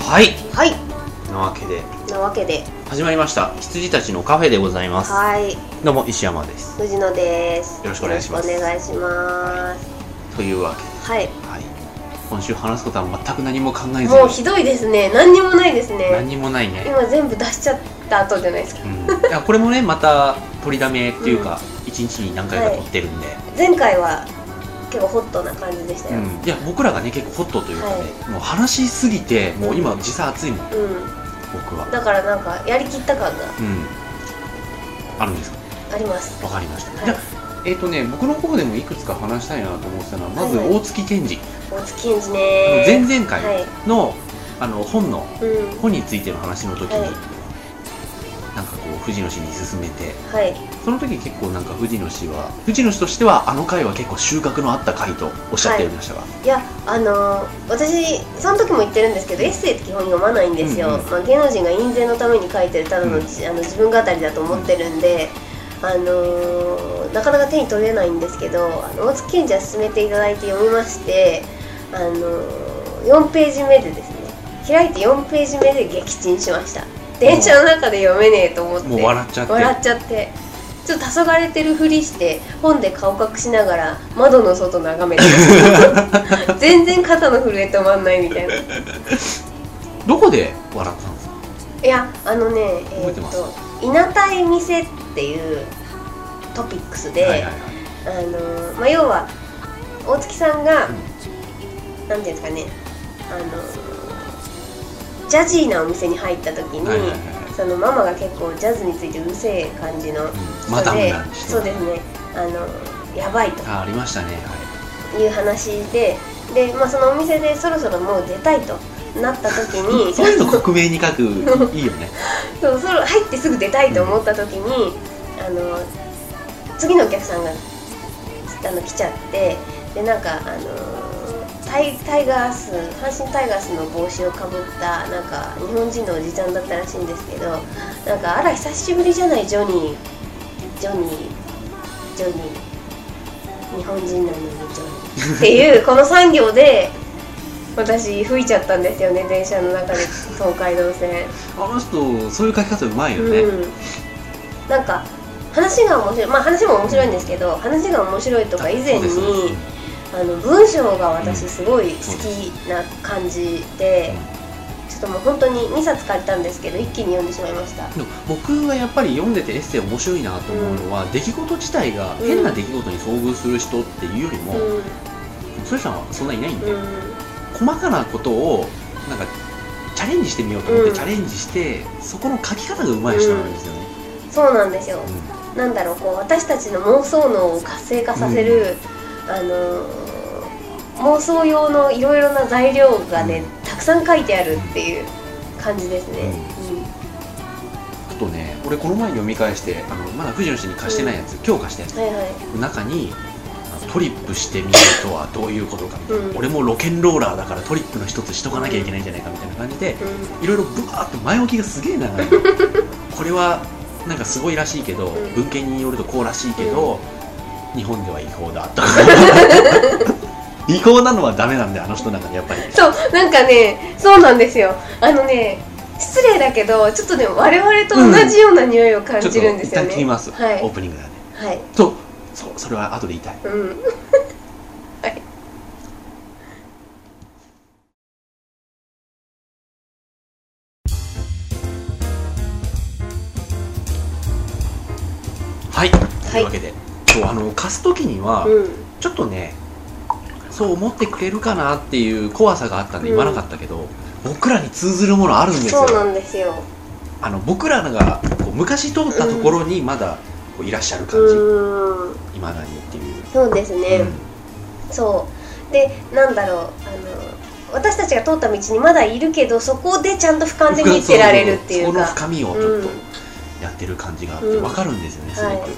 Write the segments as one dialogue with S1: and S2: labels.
S1: はい
S2: はい
S1: なわけで
S2: なわけで
S1: 始まりました羊たちのカフェでございます
S2: はい
S1: どうも石山です
S2: 藤野です
S1: よろしくお願いします
S2: よろくお願いします
S1: というわけで、
S2: は
S1: は
S2: い
S1: い、今週話すことは全く何も考えず
S2: もう
S1: に
S2: ひどいですね何にもないですね
S1: 何にもないね、
S2: 今全部出しちゃった後じゃないですか
S1: うん、いやこれもねまた取りだめっていうか、一1日に何回か撮ってるんで、
S2: 前回は結構ホットな感じでしたよ
S1: うん、いや僕らがね結構ホットというかね、もう話しすぎてもう今時差暑いもん
S2: うん、
S1: 僕は
S2: だからなんかやりきった感が
S1: うんあるんですか
S2: あります
S1: わかりました、
S2: はい
S1: じゃあえっ、とね僕の方でもいくつか話したいなと思ってたのはまず
S2: はいはい
S1: 大月健二、
S2: 大月健二
S1: あの
S2: ね
S1: 前々
S2: は
S1: 回
S2: い
S1: の,、あの本の
S2: うん
S1: 本についての話の時に、
S2: はい
S1: なんかこう藤野氏に勧めて
S2: はい
S1: その時結構なんか藤野氏は藤野氏としてはあの回は結構収穫のあった回とおっしゃっておりましたが、
S2: いやあのー私その時も言ってるんですけどエッセイって基本読まないんですよ、
S1: うんうん
S2: まあ、芸能人が印税のために書いてるただの,、じあの自分語りだと思ってるんで、あのーなかなか手に取れないんですけどあの大月健二は勧めていただいて読みまして、あのー4ページ目でですね開いて4ページ目で撃沈しました電車の中で読めねえと思って
S1: もう笑っちゃって
S2: 笑っちゃってちょっと黄昏てるふりして本で顔隠しながら窓の外眺めてました 全然肩の震え止まんないみたいない
S1: どこで笑ったんですか
S2: やあのねえ
S1: 覚えて
S2: ーっ
S1: ます
S2: と「いなたい店」っていうトピックスで、
S1: はいはいはい
S2: あのーまあ、要は大月さんが、
S1: う
S2: なんていうんですかねあのージャジーなお店に入った時に、
S1: はいはいはい
S2: そのママが結構ジャズについてうるせえ感じの
S1: うんマ
S2: 人
S1: ダム
S2: で、
S1: な人
S2: そうですねあのやばいと
S1: あありましたねはい
S2: いう話でで、まあ、そのお店でそろそろもう出たいとなった時 に
S1: そういうの克明に書 くいいよね
S2: そうそろ入ってすぐ出たいと思った時に、あの次のお客さんがあの来ちゃってでなんかあのタイタイガース阪神タイガースの帽子をかぶったなんか日本人のおじちゃんだったらしいんですけどなんか「あら久しぶりじゃないジョニージョニージョニー日本人なのにジョニー」っていうこの3行で私吹いちゃったんですよね電車の中で東海道線。
S1: あの人そういう書き方うまいよね、
S2: うん、なんか話が面白いまあ話も面白いんですけど話が面白いとか以前
S1: あそうですそうで
S2: に
S1: す
S2: あの文章が私
S1: うん
S2: すごい好きな感じでちょっともう本当に2冊借りたんですけど一気に読んでしまいました
S1: でも僕がやっぱり読んでてエッセイ面白いなと思うのは、出来事自体が変な出来事に遭遇する人っていうよりも、
S2: うん
S1: そういう人はそんないないんで、
S2: うん
S1: 細かなことをなんかチャレンジしてみようと思って、
S2: うん
S1: チャレンジしてそこの書き方がうまい人なんですよね、
S2: そうなんですよ
S1: うん
S2: なんだろうこう私たちの妄想脳を活性化させる、あのー妄想用のいろいろな材料がねたくさん書いてあるっていう感じですね、うん
S1: あとね俺この前読み返してあのまだ藤野氏に貸してないやつ、今日貸したやつ
S2: はいはい
S1: 中にあのトリップしてみるとはどういうことかみたいな、
S2: うん
S1: 俺もロケンローラーだからトリップの一つしとかなきゃいけないんじゃないかみたいな感じで、
S2: うん
S1: いろいろブワーって前置きがすげえ 長いこれはなんかすごいらしいけど、
S2: うん
S1: 文献によるとこうらしいけど、日本では違法だ とか違法なのはダメなんだよあの人なんかねやっぱり
S2: そうなんかねそうなんですよあのね失礼だけどちょっとね我々と同じような匂いを感
S1: ちょっと
S2: じるんで
S1: 一
S2: すよ
S1: 旦
S2: ね、
S1: 切ります、
S2: はい
S1: オープニングだね
S2: はい
S1: そうそうそれは後で言いたい
S2: うん
S1: はい、というわけでそうあの貸す時には、
S2: うん
S1: ちょっとねそう思ってくれるかなっていう怖さがあったんで言わなかったけど、僕らに通ずるものあるんですよ
S2: そうなんですよ
S1: あの僕らがこう昔通ったところにまだこういらっしゃる
S2: う
S1: 感じ
S2: ーん
S1: いまだにっていう、
S2: そうですね、
S1: うん
S2: そうでなんだろうあの私たちが通った道にまだいるけどそこでちゃんと俯瞰で見てられるっていう
S1: そこの
S2: か
S1: 深みをちょっと
S2: うん
S1: やってる感じがあって
S2: うん
S1: わかるんですよねすごく、
S2: はい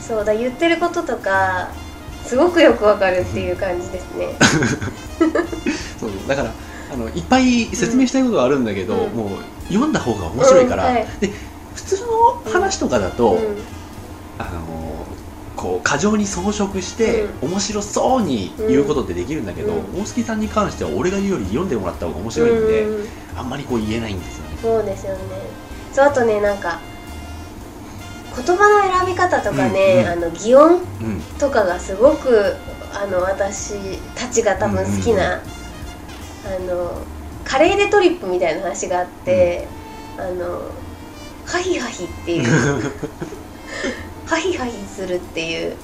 S2: そうだ言ってることとかすごくよくわかるっていう感じですね
S1: そうだからあのいっぱい説明したいことはあるんだけど、
S2: うん
S1: もう読んだ方が面白いから、
S2: うんはい
S1: で普通の話とかだと、
S2: うん
S1: あのこう過剰に装飾して、面白そうに言うことってできるんだけど、
S2: う
S1: 大杉さんに関しては俺が言うより読んでもらった方が面白いんで、
S2: うん
S1: あんまりこう言えないんですよね
S2: そうですよねそうあとねなんか言葉の選び方とかね、
S1: うん
S2: あの擬音
S1: うん
S2: とかがすごくあの私たちが多分好きな、あのカレーでトリップみたいな話があって、あのハヒハヒっていう ハヒハヒするっていう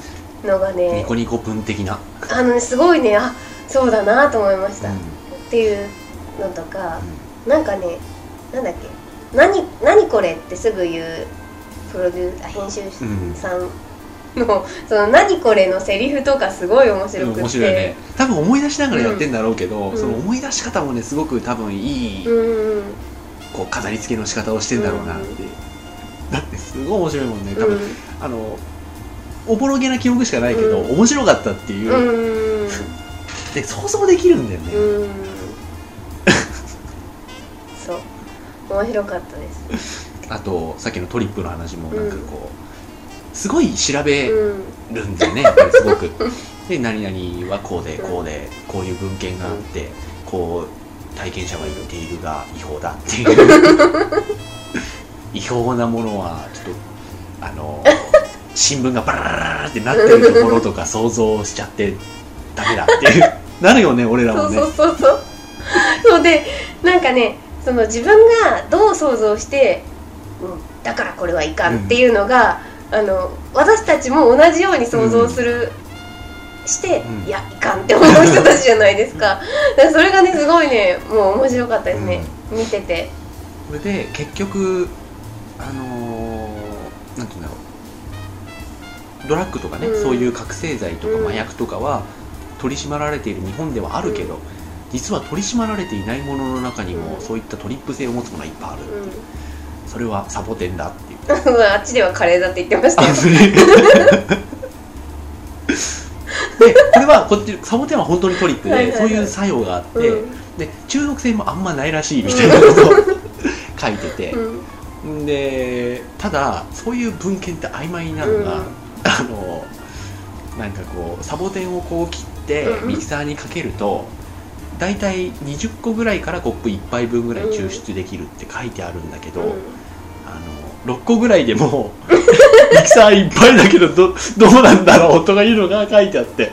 S2: のが
S1: ニ
S2: ね
S1: コニコ文的な、
S2: あのねすごいねあそうだなと思いました、
S1: うん
S2: っていうのとか、なんかねなんだっけ何何これってすぐ言うプロデューサー編集者
S1: うん
S2: さんの「その何これ」のセリフとかすごい面白くって
S1: 面白いよね多分思い出しながらやってんだろうけど、
S2: うん
S1: その思い出し方もねすごく多分いい、
S2: うんうん
S1: こう飾り付けの仕方をしてんだろうなって、だってすごい面白いもんね多
S2: う
S1: 分、
S2: ん
S1: あのおぼろげな記憶しかないけど、
S2: う
S1: 面白かったっていう、
S2: う んうん
S1: で想像できるんだよね、
S2: うんうんそう面白かったです
S1: あとさっきのトリップの話もなんかこうすごい調べ
S2: うん
S1: るんだよね、やっぱりすごくで何々はこうでこうでこういう文献があって、こう体験者は言っているが違法だっていう違法なものはちょっとあの新聞がバラバラバラってなってるところとか想像しちゃってダメだっていうなるよね俺ら
S2: そ
S1: も
S2: う
S1: ね
S2: そうそうそうそうでなんかねその自分がどう想像して、うん、だからこれはいかんっていうのが、あの私たちも同じように想像する、して、
S1: うん
S2: いやいかんって思う人たちじゃないですかだからそれがねすごいねもう面白かったですね、見てて
S1: それで結局あのーなんていうんだろうドラッグとかね、
S2: うん
S1: そういう覚醒剤と
S2: うん
S1: か麻薬とかは取り締まられている日本ではあるけど、実は取り締まられていないものの中にも、
S2: うん
S1: そういったトリップ性を持つものはいっぱいある、
S2: うん
S1: それはサボテンだっていう
S2: あっちではカレーだって言ってましたよ
S1: あそれ でこれはこっちサボテンは本当にトリップで、
S2: はいはいはい
S1: そういう作用があって、
S2: うん
S1: で中毒性もあんまないらしいみたいなことを 書いてて、
S2: うん
S1: でただそういう文献って曖昧なのが、
S2: うん
S1: あのなんかこうサボテンをこう切って
S2: うんうん
S1: ミキサーにかけると、大体20個ぐらいからコップ1杯分ぐらい抽出できるって書いてあるんだけど、あの6個ぐらいでも ミキサーいっぱいだけどどどうなんだろうとかいうのが書いてあって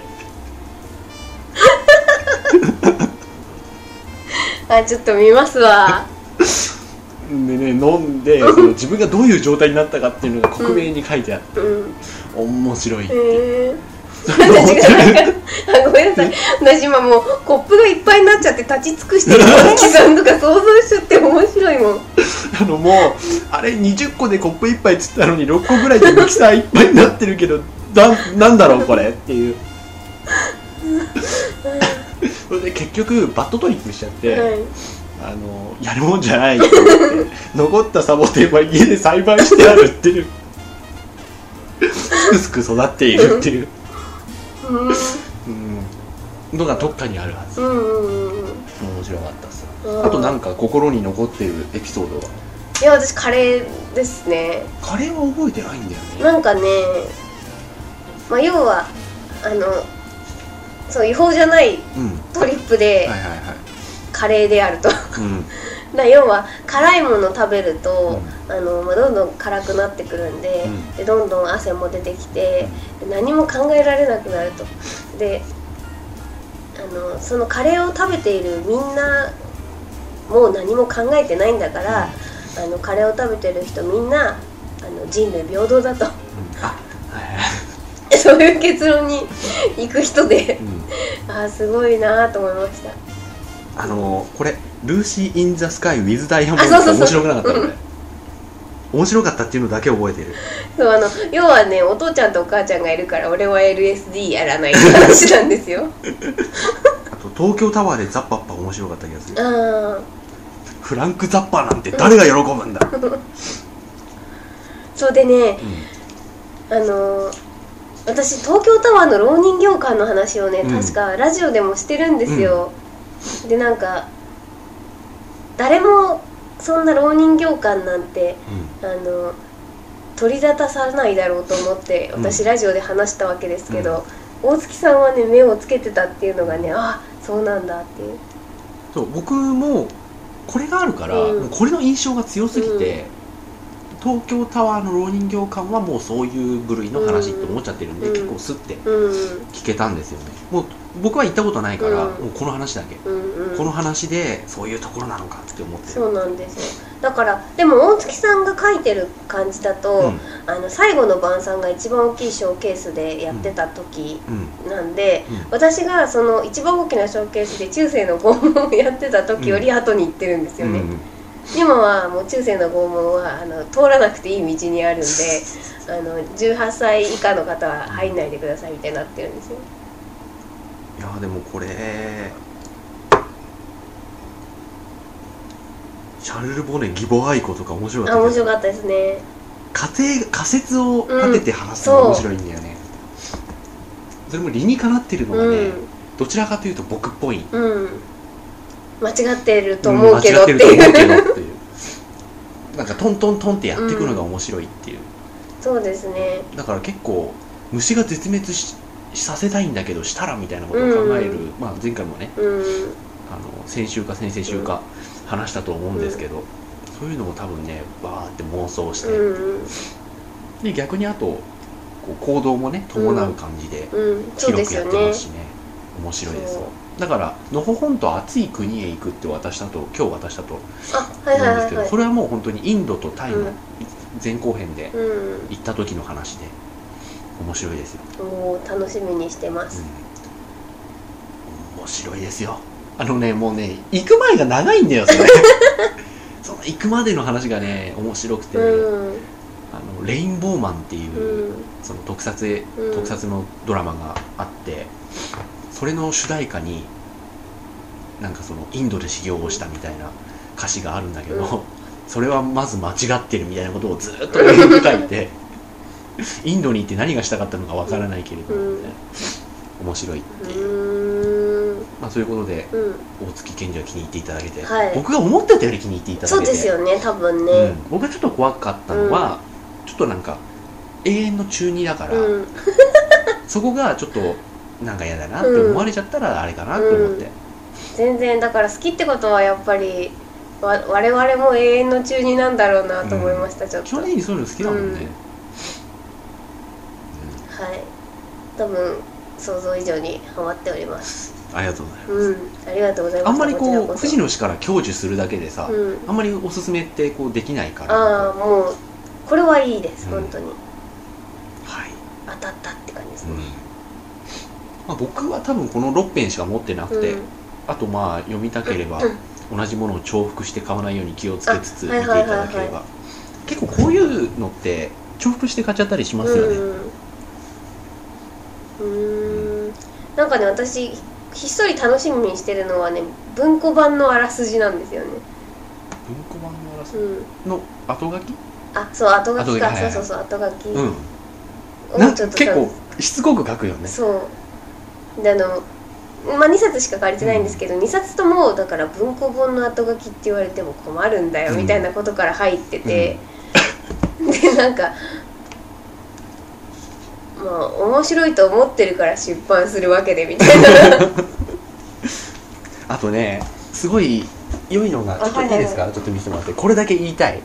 S2: あちょっと見ますわ
S1: でね飲んでその自分がどういう状態になったかっていうのが克明に書いてあって、
S2: うん
S1: 面白いっていう
S2: えー私がなんかあごめんなさい 私今もうコップがいっぱいになっちゃって立ち尽くしてるおじさんとか想像しちゃって面白いもん
S1: あのもうあれ20個でコップ1杯っつったのに6個ぐらいでミキサー1杯になってるけどだなんだろうこれっていうそれで結局バットトリップしちゃって、
S2: はい
S1: あのやるもんじゃないって思って残ったサボテンは家で栽培してあるっていうすくすく育っているっていう、
S2: うん
S1: うん、のがどっかにあるはず
S2: うんうんうん
S1: 面白かったっす
S2: うん
S1: あとなんか心に残ってるエピソードはい
S2: や私カレーですね
S1: カレーは覚えてないんだよね
S2: なんかねまあ要はあのそう違法じゃない
S1: うん
S2: トリップで
S1: はいはいはい
S2: カレーであると
S1: うん
S2: だ要は辛いもの食べると、
S1: う
S2: あのまあどんどん辛くなってくるんで,、
S1: うん
S2: でどんどん汗も出てきてで何も考えられなくなるとであのそのカレーを食べているみんなもう何も考えてないんだから、あのカレーを食べてる人みんなあの人類平等だと
S1: うんあはいはい
S2: そういう結論に行く人で
S1: うん
S2: ああすごいなーと思いました
S1: あのこれ「ルーシー・イン・ザ・スカイ・ウィズ・ダイヤモンド」
S2: あそうそうそ
S1: 面白
S2: う
S1: くなかったこれ面白かったっていうのだけ覚えてる
S2: そうあの要はねお父ちゃんとお母ちゃんがいるから俺は LSD やらないって話なんで すよ
S1: あと東京タワーでザッパッパ面白かった気がする
S2: ああ
S1: フランク・ザッパなんて誰が喜ぶんだ、うん
S2: そうでねあのー私東京タワーの浪人業館の話をね
S1: うん
S2: 確かラジオでもしてるんですよ、でなんか誰もそんな浪人業館なんてあの取り沙汰されないだろうと思って
S1: うん
S2: 私ラジオで話したわけですけど、大月さんはね目をつけてたっていうのがねあそうなんだっていう
S1: そう僕もこれがあるから、
S2: うん
S1: もうこれの印象が強すぎて、東京タワーの老人形館はもうそういう部類の話って思っちゃってるんで、
S2: うん
S1: 結構スッて
S2: うん
S1: 聞けたんですよねもう僕は行ったことないから、
S2: うん
S1: もうこの話だけ、
S2: うんうん
S1: この話でそういうところなのかって思ってる
S2: そうなんですよだからでも大月さんが書いてる感じだと、
S1: ん
S2: あの最後の晩餐が一番大きいショーケースでやってた時
S1: うん
S2: なんで、
S1: うん
S2: 私がその一番大きなショーケースで中世の拷問をやってた時より後に行ってるんですよね、
S1: うん
S2: 今はもう中世の拷問はあの通らなくていい道 にあるんであの18歳以下の方は入んないでくださいみたいになってるんですよ
S1: いやーでもこれシャルル・ボネ義母愛子とか面白かっ
S2: あ
S1: た
S2: 面
S1: けど
S2: 白かったですね
S1: 仮定仮説を立てて話すのが
S2: うん
S1: 面白いんだよね、それも理にかなってるのがね、
S2: うん
S1: どちらかというと僕っぽい
S2: うん間違ってると思うけど
S1: ん
S2: って
S1: 間違ってると
S2: いう、
S1: 思うけどっていうなんかトントントンってやっていくのが面白いっていう、
S2: そうですね
S1: だから結構虫が絶滅しさせたいんだけどしたらみたいなことを考える、
S2: う
S1: まあ前回もね
S2: うん
S1: あの先週か先々週か話したと思うんですけど、そういうのも多分ねバーって妄想して、
S2: うん
S1: で逆にあとこう行動もね伴う感じで
S2: うんそう
S1: 広
S2: です
S1: く
S2: よ
S1: やっ
S2: ね
S1: てますしね面白いです
S2: そ
S1: よ
S2: う
S1: だからのほほんと暑い国へ行くって私だと今日私だと思
S2: あはいは
S1: う
S2: い
S1: んです
S2: は
S1: け
S2: い
S1: ど
S2: はい
S1: それはもう本当にインドとタイ
S2: うん
S1: の前後編で
S2: うん
S1: 行った時の話で面白いですよ、
S2: もう楽しみにしてます、
S1: うん面白いですよあのねもうね行く前が長いんだよそ れその行くまでの話がね面白くて、
S2: うん
S1: あのレインボーマンっていうう、
S2: ん
S1: その特撮へ
S2: うん
S1: 特撮のドラマがあってそれの主題歌になんかそのインドで修行をしたみたいな歌詞があるんだけど、
S2: うん
S1: それはまず間違ってるみたいなことをずっと英語で書いてインドに行って何がしたかったのかわからないけれども、
S2: うん
S1: みたいな面白いっていう、
S2: うん
S1: まあ、そういうことで
S2: うん
S1: 大月健二は気に入っていただけて、
S2: はい
S1: 僕が思ってたより気に入っていただけて
S2: そうですよね多分ね、
S1: うん、僕がちょっと怖かったのは、ちょっとなんか永遠の中二だから、
S2: うん
S1: そこがちょっとなんか嫌だなって思われちゃったらあれかなって思って、
S2: 全然だから好きってことはやっぱりわ我々も永遠の中になんだろうなと思いました、ちょっ
S1: 基
S2: と
S1: 本
S2: は
S1: 的
S2: い
S1: にそういうの好きだもんね、
S2: 多分想像以上にハマっております
S1: うんありがとうございます、
S2: うんありがとうございます
S1: あんまりこう
S2: ち
S1: 藤野氏から享受するだけでさ、
S2: らこそうん
S1: あんまりおすすめってこうできないから
S2: ああもうこれはいいです、
S1: うん
S2: 本当に
S1: はい、
S2: 当たったって感じです
S1: うん
S2: ね、
S1: まあ、僕は多分この6編しか持ってなくて、
S2: うん
S1: あとまあ読みたければ
S2: うん
S1: 同じものを重複して買わないように気をつけつつ見
S2: あ
S1: て
S2: はいいはいはいはい
S1: ただければ結構こういうのって重複して買っちゃったりしますよね、
S2: うんうーんなんかね私ひっそり楽しみにしてるのはね文庫版のあらすじなんですよね、
S1: 文庫版の争い
S2: うん、
S1: の後書き
S2: あそう後書き
S1: 後
S2: か
S1: 書きはいはい
S2: そうそうそう後書き、
S1: うん
S2: も
S1: な
S2: うちょっと
S1: 結構しつこく書くよね
S2: そうであのまあ2冊しか借りてないんですけど、2冊ともだから文庫本の後書きって言われても困るんだよ
S1: うん
S2: みたいなことから入ってて、 でなんかまあ面白いと思ってるから出版するわけでみたい な
S1: あとねすごい良いのが
S2: あ
S1: ちょっといいですか、
S2: は
S1: ちょっと見せてもらってこれだけ言いたい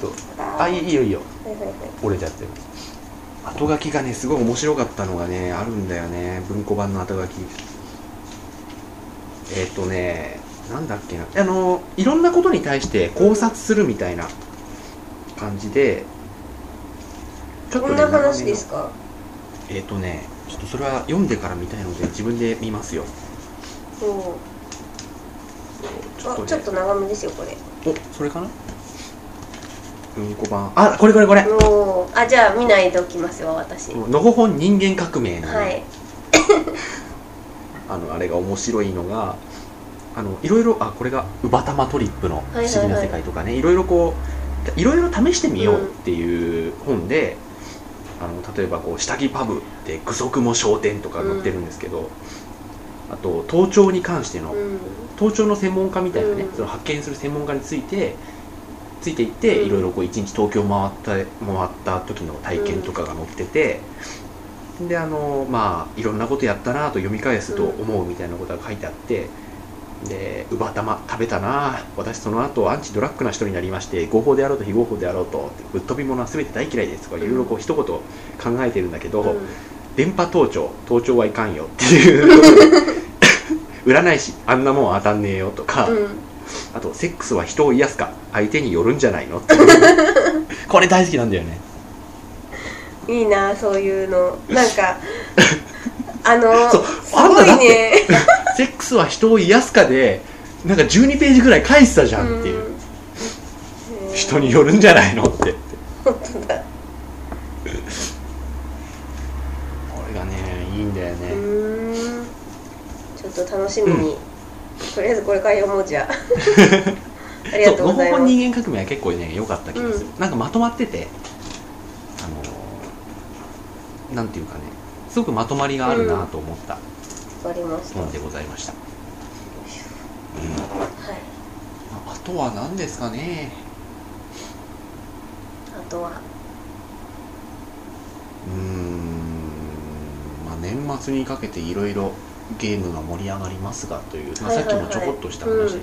S1: ちょっとあいいいいよいいよ
S2: はいはいはい
S1: 折れちゃってる後書きがねすごい面白かったのがねあるんだよね文庫版の後書きえっ、とねなんだっけなあのいろんなことに対して考察するみたいな感じでちょっ
S2: こと
S1: ね
S2: んな話ですか
S1: えっ、とねちょっとそれは読んでから見たいので自分で見ますよ
S2: そ
S1: ち
S2: う
S1: ょっ
S2: あ
S1: と,、ね、
S2: ちょっと長めですよこれ
S1: おそれかな文庫版あこれこれこれ
S2: もうあじゃあ見ないでおきますよ私、
S1: のほほん人間革命のね、
S2: はい
S1: あのあれが面白いのがあのいろいろあこれが「うばたまトリップの不思議な世界」とかね、いろいろこういろいろ試してみようっていう本で、あの例えばこう「下着パブ」で「具足も商店」とか載ってるんですけど、あと盗聴に関しての
S2: うん
S1: 盗聴の専門家みたいなね、
S2: うん
S1: その発見する専門家についてついていって、
S2: うん
S1: いろいろこう一日東京回った回った時の体験とかが載ってて、であのまあいろんなことやったなぁと読み返すと思うみたいなことが書いてあって。で「うばたま食べたなぁ私その後アンチドラッグな人になりまして合法であろうと非合法であろうとぶっ飛び物は全て大嫌いです」とかいろいろこう一言考えてるんだけど、
S2: うん
S1: 電波盗聴盗聴はいかんよっていうことで占い師あんなもん当たんねえよとか、
S2: うん
S1: あとセックスは人を癒すか相手によるんじゃないのっていう これ大好きなんだよね
S2: いいなそういうのなん かあの
S1: そう
S2: すごいね
S1: セックスは人を癒すかでなんか12ページぐらい返してたじゃんっていう、
S2: うん
S1: 人によるんじゃないのって
S2: 本当だ
S1: これがねいいんだよ
S2: う
S1: ね、
S2: ーんちょっと楽しみに、とりあえずこれから読もう じゃあありが
S1: そう
S2: とうござい
S1: ゴ
S2: ま
S1: ホ
S2: す
S1: ン人間革命は結構ね良かった気がする、なんかまとまっててあのーなんていうかねすごくまとまりがあるなと思った
S2: わかりました、
S1: 本
S2: は
S1: でございました、うん
S2: い
S1: ああとは何ですかね
S2: あとは
S1: うーん、まあ、年末にかけていろいろゲームが盛り上がりますがという、まあ、
S2: はい
S1: さ
S2: は
S1: っ
S2: いは
S1: き
S2: い
S1: もちょこっとした話ですが、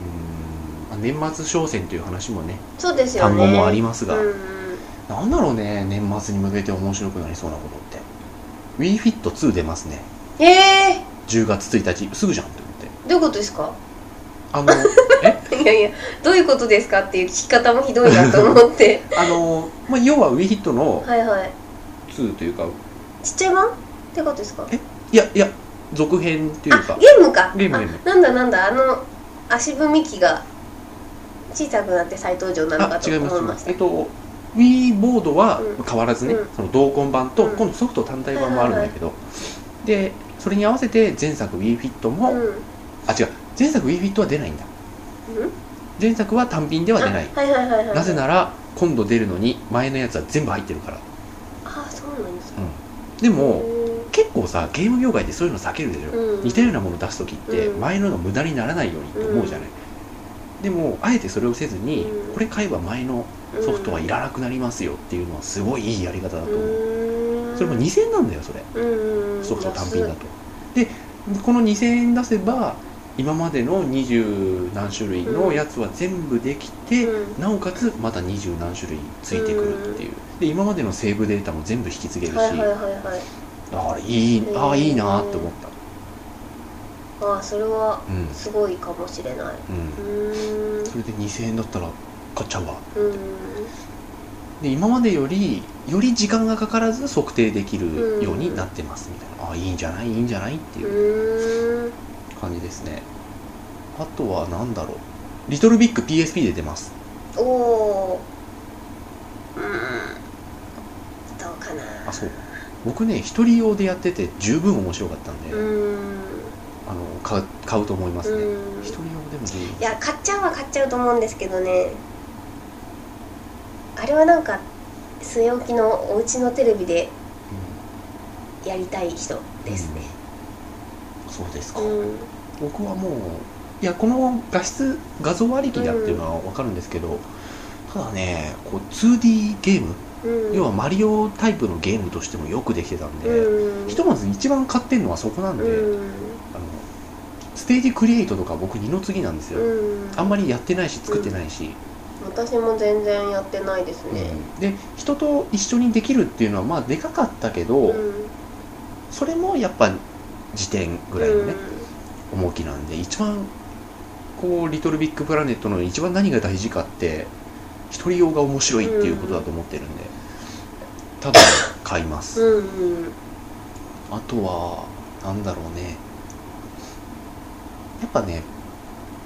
S1: うーんまあ、年末商戦という話もね
S2: そうですよ
S1: 単
S2: ね
S1: 語もありますが、
S2: うんうん
S1: なんだろうね年末に向けて面白くなりそうなことって WeFit2 出ますね
S2: え
S1: 10月1日すぐじゃんって思って
S2: ー、どういうことです か
S1: あのえ
S2: いやいやどういうことですかっていう聞き方もひどいなと思って
S1: あの、まあ、要は WeFit の
S2: はいはい
S1: 2というか
S2: ちっちゃい版ってことですか
S1: えいやいや続編という
S2: あ
S1: か
S2: ゲームか
S1: ゲーム
S2: あ
S1: ゲーム
S2: なんだなんだあの足踏み機が小さくなって再登場なのか
S1: あ
S2: と
S1: 違います
S2: 思
S1: 違
S2: い
S1: い
S2: ま
S1: ま
S2: し
S1: す
S2: た
S1: えっと Wii ボードは
S2: うん
S1: 変わらずね、
S2: うん
S1: その同梱版と、
S2: うん
S1: 今度ソフト単体版もあるんだけど、でそれに合わせて前作 WeFit も、
S2: うん
S1: あ違う前作 WeFit は出ないんだ
S2: うん
S1: 前作は単品では出ない
S2: あはいはいはいはい
S1: なぜなら今度出るのに前のやつは全部入ってるから
S2: あそうなんですか
S1: でも、
S2: う
S1: 結構さゲーム業界ってそういうの避けるでしょ、
S2: うん
S1: 似たようなもの出す時って
S2: うん
S1: 前のが無駄にならないようにって思うじゃない、でもあえてそれをせずに、
S2: うん
S1: これ買えば前の
S2: ん
S1: ソフトはいらなくなりますよっていうのはすごいいいやり方だと思う、
S2: うん
S1: それも2000円なんだよそれ
S2: うん
S1: ソフト単品だとでこの2000円出せば今までの二十何種類のやつは全部できて、
S2: う
S1: なおかつまた二十何種類ついてくるっていうで今までのセーブデータも全部引き継げるし、
S2: はいはいはいはい
S1: あれいいああいいなって思った
S2: あそれは
S1: うん
S2: すごいかもしれないううんーん
S1: それで2000円だったら買っちゃうわ
S2: うん
S1: で今までよりより時間がかからず測定できるようになってますみたいな、ああいいんじゃないいいんじゃないっていうう
S2: ーん
S1: 感じですねあとは何だろうリトルビッグ PSP で出ます
S2: おおーうんどうかな
S1: あそう僕ね一人用でやってて十分面白かったんで、
S2: うん
S1: あの買う買うと思いますね
S2: うん
S1: 一人用でも十分
S2: いや買っちゃうは買っちゃうと思うんですけどねあれはなんか据え置きのお家のテレビでやりたい人ですね、
S1: うんそうですか、
S2: うん
S1: 僕はもういやこの画質画像ありきだっていうのは分かるんですけど、ただねこう 2D ゲーム、
S2: うん、
S1: 要はマリオタイプのゲームとしてもよくできてたんで、
S2: うん、
S1: ひとまず一番買ってんのはそこなんで、
S2: うん
S1: あのステージクリエイトとか僕二の次なんですよ、
S2: うん、
S1: あんまりやってないし作ってないし、
S2: 私も全然やってないですね、
S1: で人と一緒にできるっていうのはまあでかかったけど、
S2: うん
S1: それもやっぱ時点ぐらいのね、重きなんで一番こう「リトルビッグプラネット」の一番何が大事かって一人用が面白いっていうことだと思ってるんで、多分買いま
S2: う
S1: す、
S2: んうんうん
S1: あとはなんだろうねやっぱね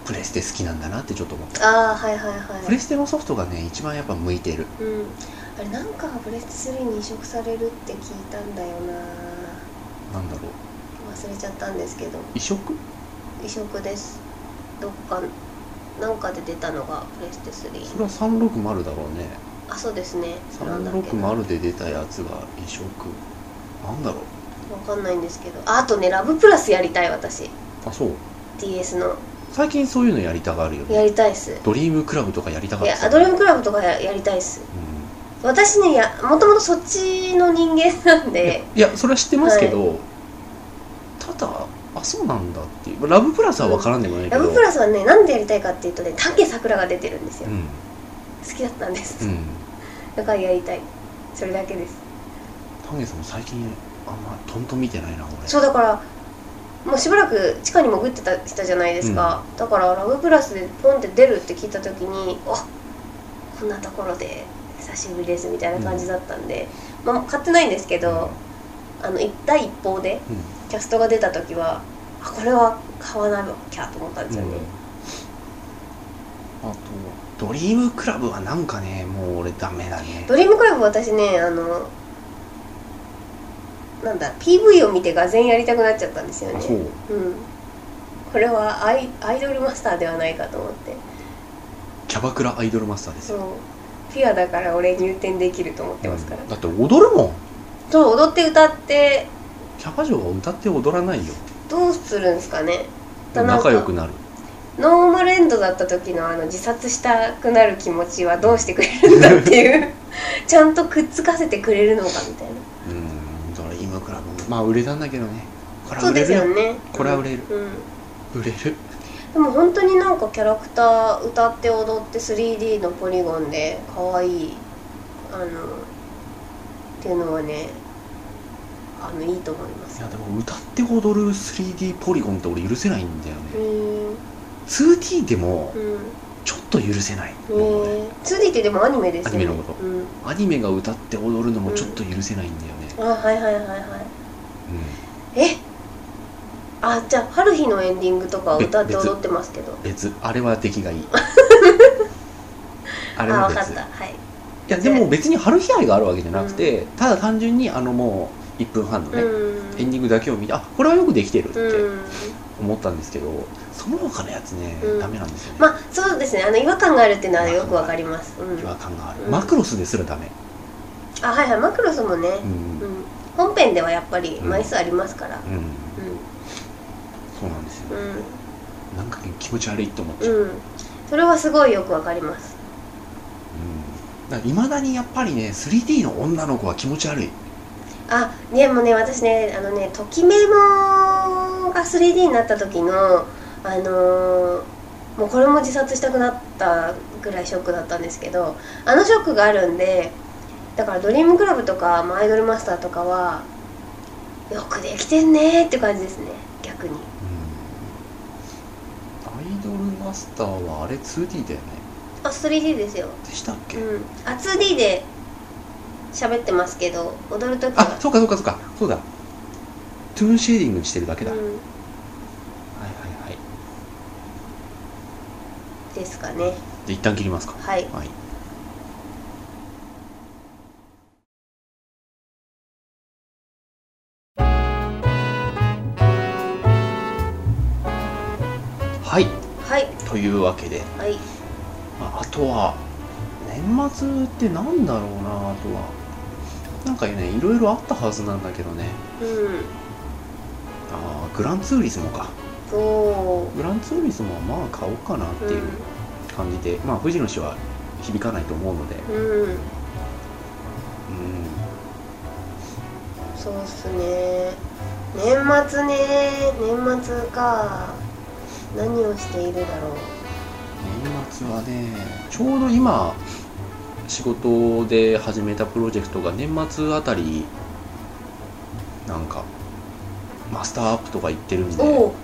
S1: プレステ好きなんだなってちょっと思った
S2: ああはいはいはい
S1: プレステのソフトがね一番やっぱ向いてる
S2: うん、あれなんかブレステ3に移植されるって聞いたんだよな
S1: なんだろう
S2: 忘れちゃったんですけど
S1: 移植
S2: 移植ですどっかなんかで出たのがプレステ
S1: そ
S2: 3
S1: れは360だろうね
S2: あそうですねなんだっけなわ
S1: 360で出たやつが移植なんだろう
S2: かんないんですけどああとねラブプラスやりたい私
S1: あそう
S2: DS の
S1: 最近そういうのやりたがるよ
S2: や
S1: ね
S2: りたいっす
S1: ドリームクラブとかやりたが
S2: い
S1: って
S2: やアドリブクラブとかややりたいっす私ねやもともとそっちの人間な
S1: う
S2: ん
S1: んい
S2: で
S1: やいやそれは知ってますけど、ただあそうなんだっていうラブプラスは分からんでもないけ
S2: ラ
S1: ど、
S2: ブプラスはねなんでやりたいかっていうとね竹さくらが出てるんですよ
S1: うん
S2: 好きだったんです、
S1: うん
S2: だからやりたいそれだけです
S1: 丹下さんも最近あんまトントン見てないな俺
S2: そうだからもうしばらく地下に潜ってた人じゃないですか、だからラブプラスでポンって出るって聞いた時にあこんなところで久しぶりですみたいな感じだったんで、まあ、買ってないんですけど、あの一第一報で
S1: うん
S2: キャストが出た時はあこれは買わなきゃと思ったんですよね、
S1: あとドリームクラブはなんかねもう俺ダメだね
S2: ドリームクラブ私ねあのなんだ PV を見てがぜんやりたくなっちゃったんですよね
S1: あそう
S2: うん、これはアイアイドルマスターではないかと思って
S1: キャバクラアイドルマスターです
S2: そ
S1: よ
S2: うピュアだから俺入店できると思ってますから、
S1: だって踊るもん
S2: そう踊って歌って
S1: キャバ嬢は歌って踊らないよ
S2: どうするんですかねなんか
S1: 仲良くなる
S2: ノーマルエンドだった時のあの自殺したくなる気持ちはどうしてくれるんだって いうちゃんとくっつかせてくれるのかみたいな
S1: うんドリームクラブもまあ売れたんだけどねこれは
S2: そう
S1: 売れ
S2: です
S1: る
S2: よ
S1: よ
S2: ね
S1: これは売れる
S2: うん
S1: 売れる
S2: でも本当になんかキャラクター歌って踊って 3D のポリゴンで可愛いあのっていうのはねあのいいと思いま
S1: い
S2: す
S1: やでも歌って踊る 3D ポリゴンって俺許せないんだよ
S2: う
S1: ね
S2: ーん
S1: 2D でも
S2: うん
S1: ちょっと許せない
S2: え
S1: もう俺
S2: ー、2D ってでもアニメですよね
S1: アニメのこと
S2: うん、
S1: アニメが歌って踊るのもちょっと許せないんだよね、
S2: あはいはいはいは
S1: うん
S2: いえあじゃあ春日のエンディングとかは歌って
S1: べ別
S2: 踊ってますけど
S1: 別あれは出来が いいあ
S2: あ
S1: れは
S2: わ
S1: 別
S2: かったはい
S1: いやでも別に春日愛があるわけじゃなくて、ただ単純にあのもう1分半のね、
S2: うん
S1: エンディングだけを見てあこれはよくできてるって
S2: うん
S1: 思ったんですけど、その他のやつね、
S2: うん
S1: ダメなんですよね、
S2: まあそうですねあの違和感があるっていうのはよくわかります、うん
S1: 違、和感がある、
S2: うん
S1: マクロスですらダメ、
S2: あはいはいマクロスもね、
S1: うん
S2: うん、本編ではやっぱり枚数ありますから、
S1: うん
S2: う
S1: そうなんですよ、
S2: んうん
S1: なんか気持ち悪いって思っちゃう、
S2: うん、それはすごいよくわかります
S1: いまだにやっぱりね 3D の女の子は気持ち悪い
S2: あでもね私ねあのねときめもが 3D になった時のあのーもうこれも自殺したくなったぐらいショックだったんですけどあのショックがあるんでだから「ドリームクラブ」とかまあ「アイドルマスター」とかはよくできてんねーって感じですね逆に
S1: アイドルマスターはあれ 2D だよね
S2: あ 3D ですよ
S1: でしたっけ、
S2: うん、あ 2D で喋ってますけど踊るときは
S1: あそうかそうかそうかそうだトゥーンシェーディングにしてるだけだ、
S2: う
S1: はい
S2: ん、
S1: はいはい
S2: ですかね
S1: で一旦切りますか
S2: はい
S1: はいはい
S2: はい
S1: というわけで、
S2: はい
S1: まあ、あとは年末ってなんだろうなあとはなんかねいろいろあったはずなんだけどね
S2: う
S1: あーグランツーリスモか
S2: んおー
S1: グランツーリスモはまあ買おうかなって
S2: う
S1: いう感じで、まあ富士の市は響かないと思うので
S2: ん、うん、
S1: うん
S2: そうっすね年末ね年末か何をしているだろう
S1: 年末はねちょうど今仕事で始めたプロジェクトが年末あたりなんかマスターアップとか行ってるんで
S2: お
S1: 大
S2: お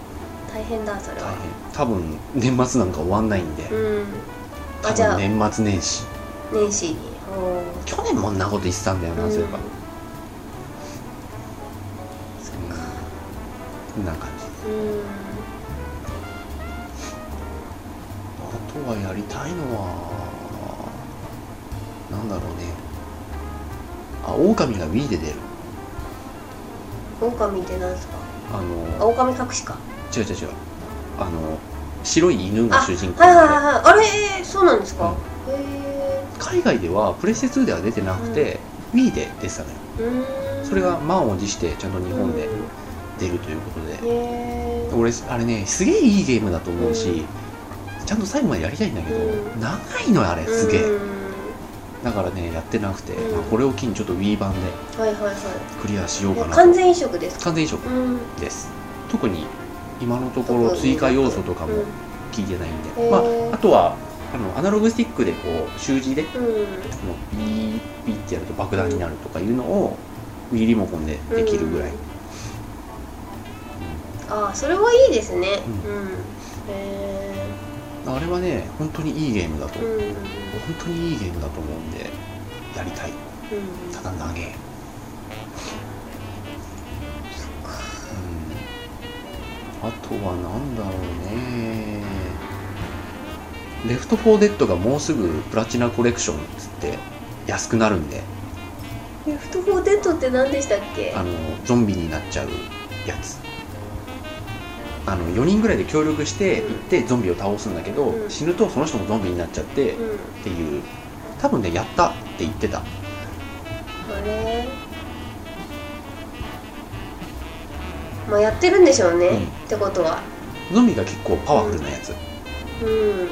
S2: 大変だそれ
S1: 変
S2: は
S1: 多分年末なんか終わんないんで
S2: うん
S1: 多
S2: あじゃ
S1: 分
S2: あ
S1: 年末年始
S2: 年始におー
S1: 去年もんなこと言ってたんだよなそういえば
S2: うんそっか
S1: こんな感じ
S2: うん
S1: あとはやりたいのはなんだろうねあ狼が Wii で出る
S2: 狼ってなんすか
S1: あの
S2: あ狼隠しか
S1: 違う違う違うあの白い犬が主人公
S2: あはいはい
S1: で
S2: はいはいあれそうなんですか、へえ
S1: 海外ではプレステ2では出てなくて、Wii で出てたのよ
S2: うーん
S1: それが満を持してちゃんと日本で
S2: うん
S1: 出るということで
S2: へえ
S1: 俺あれねすげえいいゲームだと思うし、
S2: うん
S1: ちゃんと最後までやりたいんだけど、
S2: うん
S1: 長いのよあれすげえ、
S2: うん
S1: だからねやってなくて、
S2: うん
S1: まあ、これを機にちょっと Wii 版で
S2: はいはいは
S1: クリアしようか
S2: い
S1: な
S2: 完全移植ですか
S1: 完全移植
S2: うん
S1: です特に今のとこ
S2: 特
S1: ろ
S2: に
S1: 追加要素とかも
S2: うん
S1: 聞いてないんで、
S2: うん
S1: ま
S2: へー
S1: あ、あとはあのアナログスティックでこう習字で
S2: うん
S1: このビービーってやると爆弾になるとかいうのを Wii リモコンでできるぐらい、
S2: うんああそれはいいですね
S1: う
S2: うんへ
S1: あれはね本当にいいゲームだと、
S2: えうんうん
S1: 本当にいいゲームだと思うんでやりたいただ長えうんあとは何だろうねレフト・フォー・デッドがもうすぐプラチナコレクションっつって安くなるんで
S2: レフト・フォー・デッドって何でしたっけ
S1: あのゾンビになっちゃうやつあの4人ぐらいで協力して行ってゾンビを倒すんだけど、
S2: うん
S1: 死ぬとその人もゾンビになっちゃってっ
S2: うん
S1: ていう多分ねやったって言ってた
S2: あれまあやってるんでしょうね、
S1: うん
S2: ってことは
S1: ゾンビが結構パワフルなやつ、
S2: うんうん
S1: うん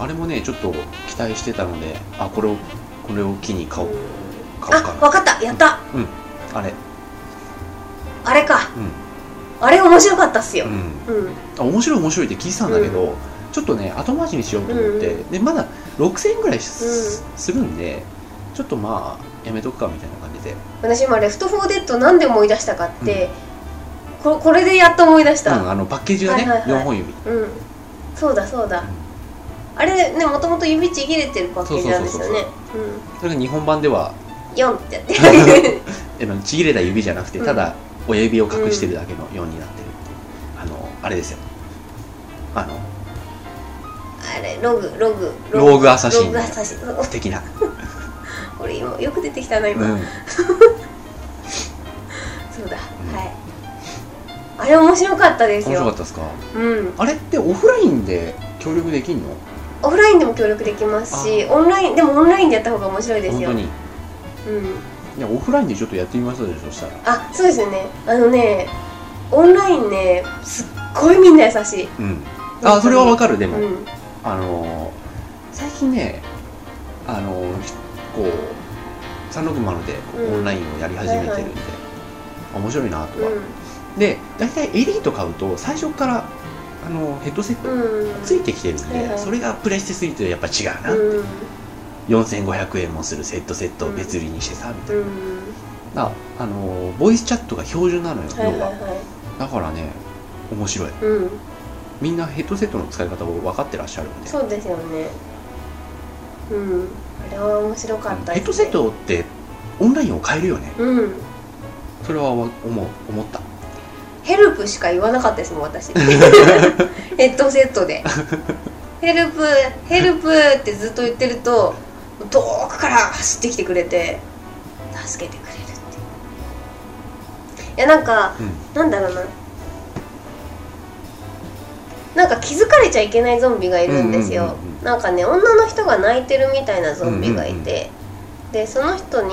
S1: あれもねちょっと期待してたのであこれをこれを機に買おう買おう
S2: あ
S1: か
S2: わかったやった、
S1: なあれ
S2: あれか
S1: う
S2: あれ面白かったっすよ
S1: ん、うん、
S2: うん、
S1: あ面白い面白いって聞いてたんだけど、
S2: う
S1: ちょっとね後回しにしようと思って、
S2: うんう
S1: でまだ6000円ぐらいす,、るんでちょっとまあやめとくかみたいな感じで、
S2: 私今「レフト・フォー・デッド」なんで思い出したかって、ここれでやっと思い出し
S1: うん、
S2: た
S1: あのパッケージがね、
S2: はいはいはい
S1: 4本指
S2: うん、そうだそうだ、あれねもともと指ちぎれてるパッケージなんですよね
S1: それが日本版で は
S2: うん4ってやって
S1: あのちぎれた指じゃなくて
S2: うん
S1: ただ親指を隠してるだけの4になってるっていうあのあれですよあの
S2: あれログログ
S1: ローグアサシ
S2: ロ
S1: ン
S2: グアサシン
S1: 的な、
S2: 俺今よく出てきたな今、
S1: うん
S2: そうだ、はいあれ面白かったです
S1: 面白か
S2: よ
S1: ったですか
S2: うん
S1: あれってオフラインで協力できんの
S2: オフラインでも協力できますしオンラインでもオンラインでやった方が面白いです
S1: 本
S2: よ
S1: 当にい
S2: うん
S1: やオフラインでちょっとやってみましょうでそしたら
S2: あそうですよねあのねオンラインねすっごいみんな優しい
S1: うんあそれはわかるで
S2: う
S1: も、
S2: ん
S1: あのー最近ねあのーひこう360でこう、
S2: うん
S1: オンラインをやり始めてるんで、あ面白いなとは、
S2: う
S1: で大体エリート買うと最初からあのーヘッドセット
S2: んうん
S1: ついてきてるんで、
S2: はいはい
S1: それがプレステ3とやっぱ違うな、
S2: うん
S1: 4500円もするセットセットを別売りにしてさみた
S2: う
S1: い
S2: ん
S1: な、ああのーボイスチャットが標準なのよ、
S2: はいはい
S1: 要は
S2: は
S1: だからね面白い
S2: いうん
S1: みんなヘッドセットの使い方を分かってらっしゃるんで
S2: そうですよねうんあれは面白かったです、ね、
S1: ヘッドセットってオンラインを変えるよね
S2: うん
S1: それは思う思った
S2: ヘルプしか言わなかったですもん 私ヘッドセットでヘルプヘルプってずっと言ってると遠くから走ってきてくれて助けてくれるっていやなんか
S1: うん
S2: なんだろうななんか気づかれちゃいけないゾンビがいるんですよ、
S1: うんうんうんうん
S2: なんかね女の人が泣いてるみたいなゾンビがいて、でその人に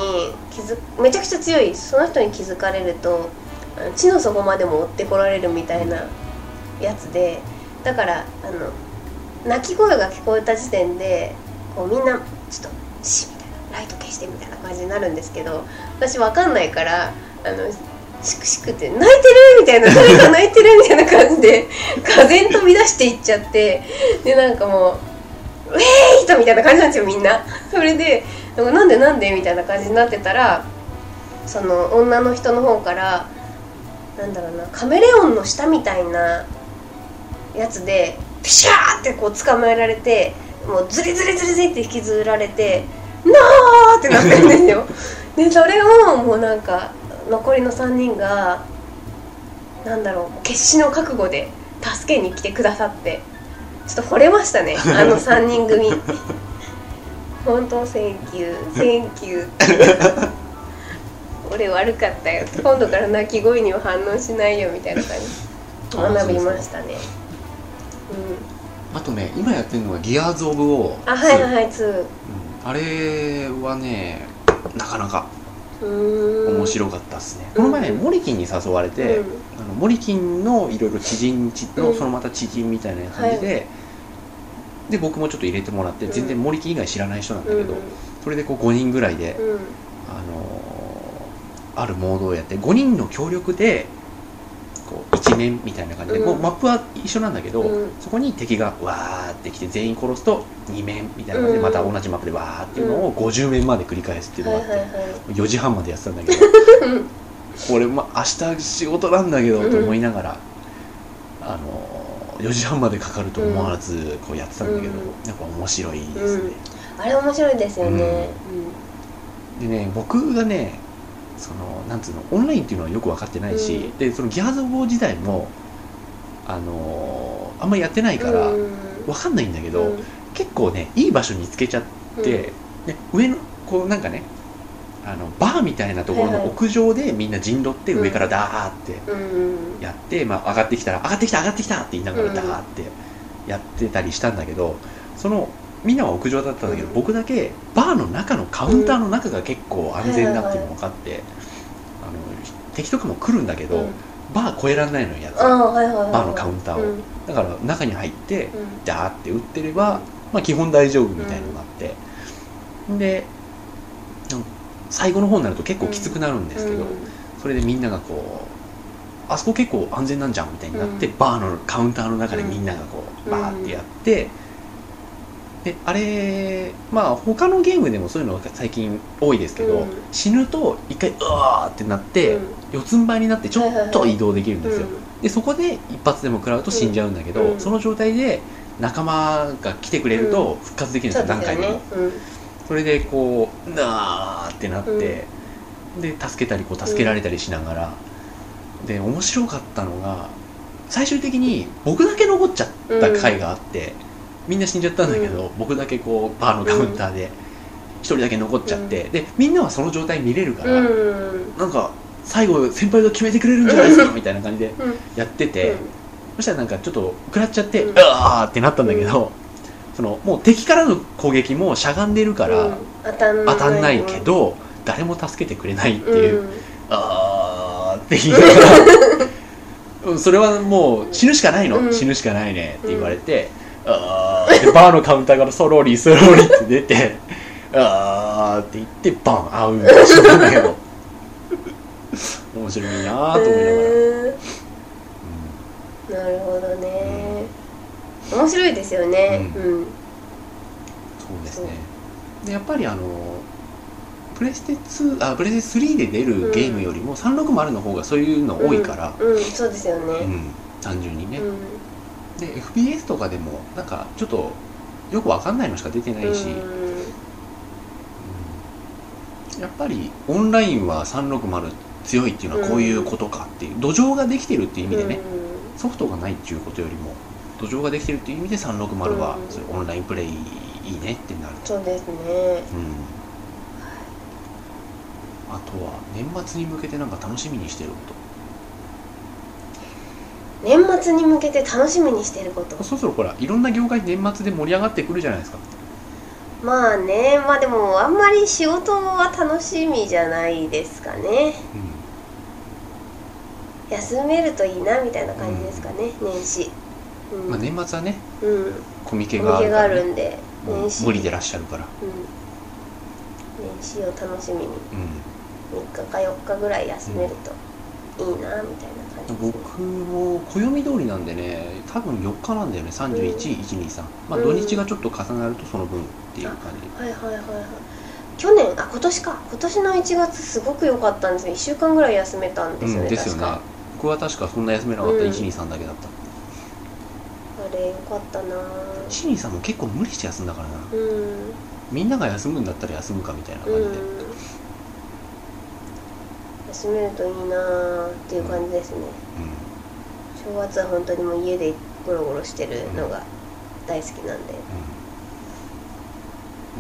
S2: 気づめちゃくちゃ強いその人に気づかれるとあの地の底までも追ってこられるみたいなやつでだからあの泣き声が聞こえた時点でこうみんなちょっと「し」みたいな「ライト消して」みたいな感じになるんですけど私わかんないからあのシクシクって「泣いてる!」みたいな「誰か泣いてる!」みたいな感じ で風に飛び出していっちゃってでなんかもう「ウェーイ!」とみたいな感じなんですよみんな。それでなんかなんでなんでみたいな感じになってたらその女の人の方からなんだろうなカメレオンの下みたいなやつでピシャーってこう捕まえられてもうズリズリズリズリって引きずられて「なー!」ってなってるんですよ。 でそれをもうなんか残りの3人がなんだろう決死の覚悟で助けに来てくださってちょっと惚れましたねあの3人 組本当センキューセンキュー俺悪かったよ今度から鳴き声には反応しないよみたいな感じ
S1: あ
S2: 学び
S1: そう
S2: ま
S1: で
S2: し
S1: す
S2: たねう
S1: あとね今やってるのがギアーズ・オブ・オー
S2: んあはいはい2
S1: あれはねなかなか
S2: 面
S1: 面
S2: い
S1: 白かったっすねこの前モリキンに誘われて、
S2: うん
S1: あのモリキンのいろいろ知人ち
S2: う
S1: の
S2: ん
S1: そのまた知人みたいな感じで、で僕もちょっと入れてもらって
S2: うん
S1: 全然モリキン以外知らない人なんだ
S2: う
S1: け
S2: ん
S1: ど、それでこう5人ぐらいで、
S2: うん
S1: あのーあるモードをやって5人の協力でこう一面みたいな感じで、
S2: うん
S1: こうマップは一緒なんだけど、
S2: うん
S1: そこに敵がわーって来て全員殺すと2面みたいな感じで
S2: うん
S1: また同じマップでわーっていうのを50面まで繰り返すっていう
S2: は
S1: の
S2: い
S1: があ
S2: は
S1: っ
S2: い
S1: て、
S2: は
S1: 4時半までやってたんだ けどこれ、ま、明日仕事なんだけどと思いながら、あの4時半までかかると思わずこうやってたんだけど、
S2: うん
S1: やっぱ面白いですね、
S2: いあれ面白いですよね
S1: でね僕がねそのなんつうのオンラインっていうのはよく分かってないし、
S2: うん
S1: でそのギャーズウォー自体もあのーあんまりやってないから
S2: う
S1: 分
S2: ん
S1: かんないんだけど、
S2: うん
S1: 結構ねいい場所につけちゃって、で上のこうなんかねあのバーみたいなところ
S2: はいは
S1: の
S2: い
S1: 屋上でみんな陣取って
S2: うん
S1: 上からダーって
S2: うんうん
S1: やって、まあ、上がってきたら上がってきた上がってきたって言いなが
S2: う
S1: ら
S2: ん
S1: ダーってやってたりしたんだけどそのみんなは屋上だったんだけど、
S2: うん
S1: 僕だけバーの中のカウンターの中が結構安全だっていうのも分かって、あの敵とかも来るんだけど、
S2: うん
S1: バー越えられないのよやつ
S2: あ
S1: は
S2: あはいはいはい
S1: バーのカウンターを
S2: うん
S1: だから中に入って
S2: うん
S1: ダーって打ってれば、まあ、基本大丈夫みたいなのがあって、でなんか最後の方になると結構きつくなるんですけど、
S2: うん
S1: それでみんながこうあそこ結構安全なんじゃんみたいになって、
S2: うん
S1: バーのカウンターの中でみんながこう、
S2: うん
S1: バーってやって、であれまあ他のゲームでもそういうのが最近多いですけど、
S2: うん
S1: 死ぬと一回うわーってなって、
S2: うん
S1: 四つん這いになってちょっと移動できるんですよ、
S2: うん
S1: でそこで一発でも食らうと死んじゃうんだけど、
S2: うん
S1: その状態で仲間が来てくれると復活できるんです
S2: そ
S1: よ、
S2: う
S1: 何
S2: です
S1: 回
S2: よ
S1: も
S2: ねうん
S1: それでこうなーってなって、で助けたりこう助けられたりしながら、で面白かったのが最終的に僕だけ残っちゃった回があって、みんな死んじゃったんだけど、僕だけこうバーのカウンターで一人だけ残っちゃって、でみんなはその状態見れるから、
S2: うん
S1: なんか最後先輩が決めてくれるんじゃないですかみたいな感じでやってて。そしたらなんかちょっと食らっちゃって、
S2: う
S1: うんわーってなったんだけど、そのもう敵からの攻撃もしゃがんでるか
S2: うん
S1: ら
S2: 当たん
S1: 当たんないけど、誰も助けてくれないっていう、あーって言いながら、うん、それはもう死ぬしかないの、
S2: うん
S1: 死ぬしかないねって言われて、あーってバーのカウンターからそろりそろりって出て、あーって言ってバン合うんだ死んだんだけど面白いなーと思いながら。うん
S2: うんなるほどね、面白いですよね
S1: う
S2: う
S1: そ
S2: ん
S1: うですねでやっぱりあのプレステ2あプレステ3で出るゲームよりも360の方がそういうの多いから、
S2: うん、うんそうですよ
S1: うん
S2: ね
S1: 単純にね、
S2: うん
S1: で FPS とかでもなんかちょっとよくわかんないのしか出てないし、うんやっぱりオンラインは360強いっていうのはこういうことかっていう、土壌ができてるっていう意味でね、ソフトがないっていうことよりも土壌ができてるっていう意味で360は、
S2: うん
S1: それオンラインプレイいいねってなる
S2: そうですね
S1: うんあとは年末に向けてなんか楽しみにしてるこ
S2: 年末に向けて楽しみにしてること
S1: とそろそろほらいろんな業界年末で盛り上がってくるじゃないですか
S2: まあねまあでもあんまり仕事は楽しみじゃないですかね
S1: う
S2: 休めるといいなみたいな感じですかね、年始、うん
S1: ん、まあ、年末はね
S2: うん
S1: コミケ
S2: お
S1: があ
S2: 店
S1: る
S2: が
S1: か
S2: あ
S1: ら、
S2: る
S1: ね、
S2: んで
S1: もう
S2: 年始
S1: 無理でらっしゃるから
S2: うん、年始を楽しみに
S1: う
S2: 3日か4日ぐらい休めるといいなみたいな感じ
S1: ん
S2: ですね
S1: 僕も暦通りなんでね多分4日なんだよね31123、まあ
S2: う
S1: 土
S2: ん
S1: 日がちょっと重なるとその分っていう感じ
S2: はいはいはいはい去年あ今年か今年の1月すごく良かったんですよ1週間ぐらい休めたんですよ
S1: う
S2: ね、
S1: んですよ
S2: 確
S1: ね
S2: か
S1: 僕は確かそんな休めなかった、
S2: うん
S1: 123だけだった
S2: あれ良かったなぁ
S1: 123も結構無理して休んだからな
S2: うん
S1: みんなが休むんだったら休むかみたいな感じで、
S2: うん休めるといいなぁっていう感じですね
S1: う
S2: 正月は本当にもう家でゴロゴロしてるのが大好きなんで
S1: んうん、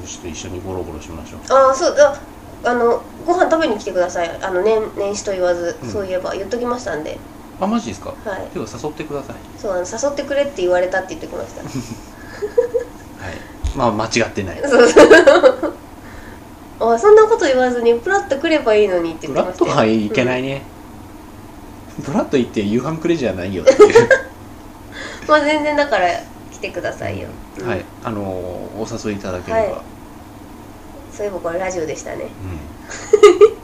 S1: ちょっと一緒にゴロゴロしましょう
S2: ああそうだあのご飯食べに来てくださいあの年年始と言わず、
S1: うん
S2: そういえば言っときましたんで
S1: あマジですか
S2: はい
S1: 今日誘ってください
S2: そうあの誘ってくれって言われたって言ってきまし た
S1: はいまあ間違ってない
S2: そうそう。 あそんなこと言わずにプラッと来ればいいのにって言
S1: ブ
S2: ってま
S1: ラッ
S2: した
S1: と
S2: よ
S1: はいけないね、ブラッと行って夕飯くれじゃないよっていう、
S2: うんまあ全然だから来てくださいよ、うん
S1: はいあのお誘いいただければ、
S2: はそういえばこれラジオでしたね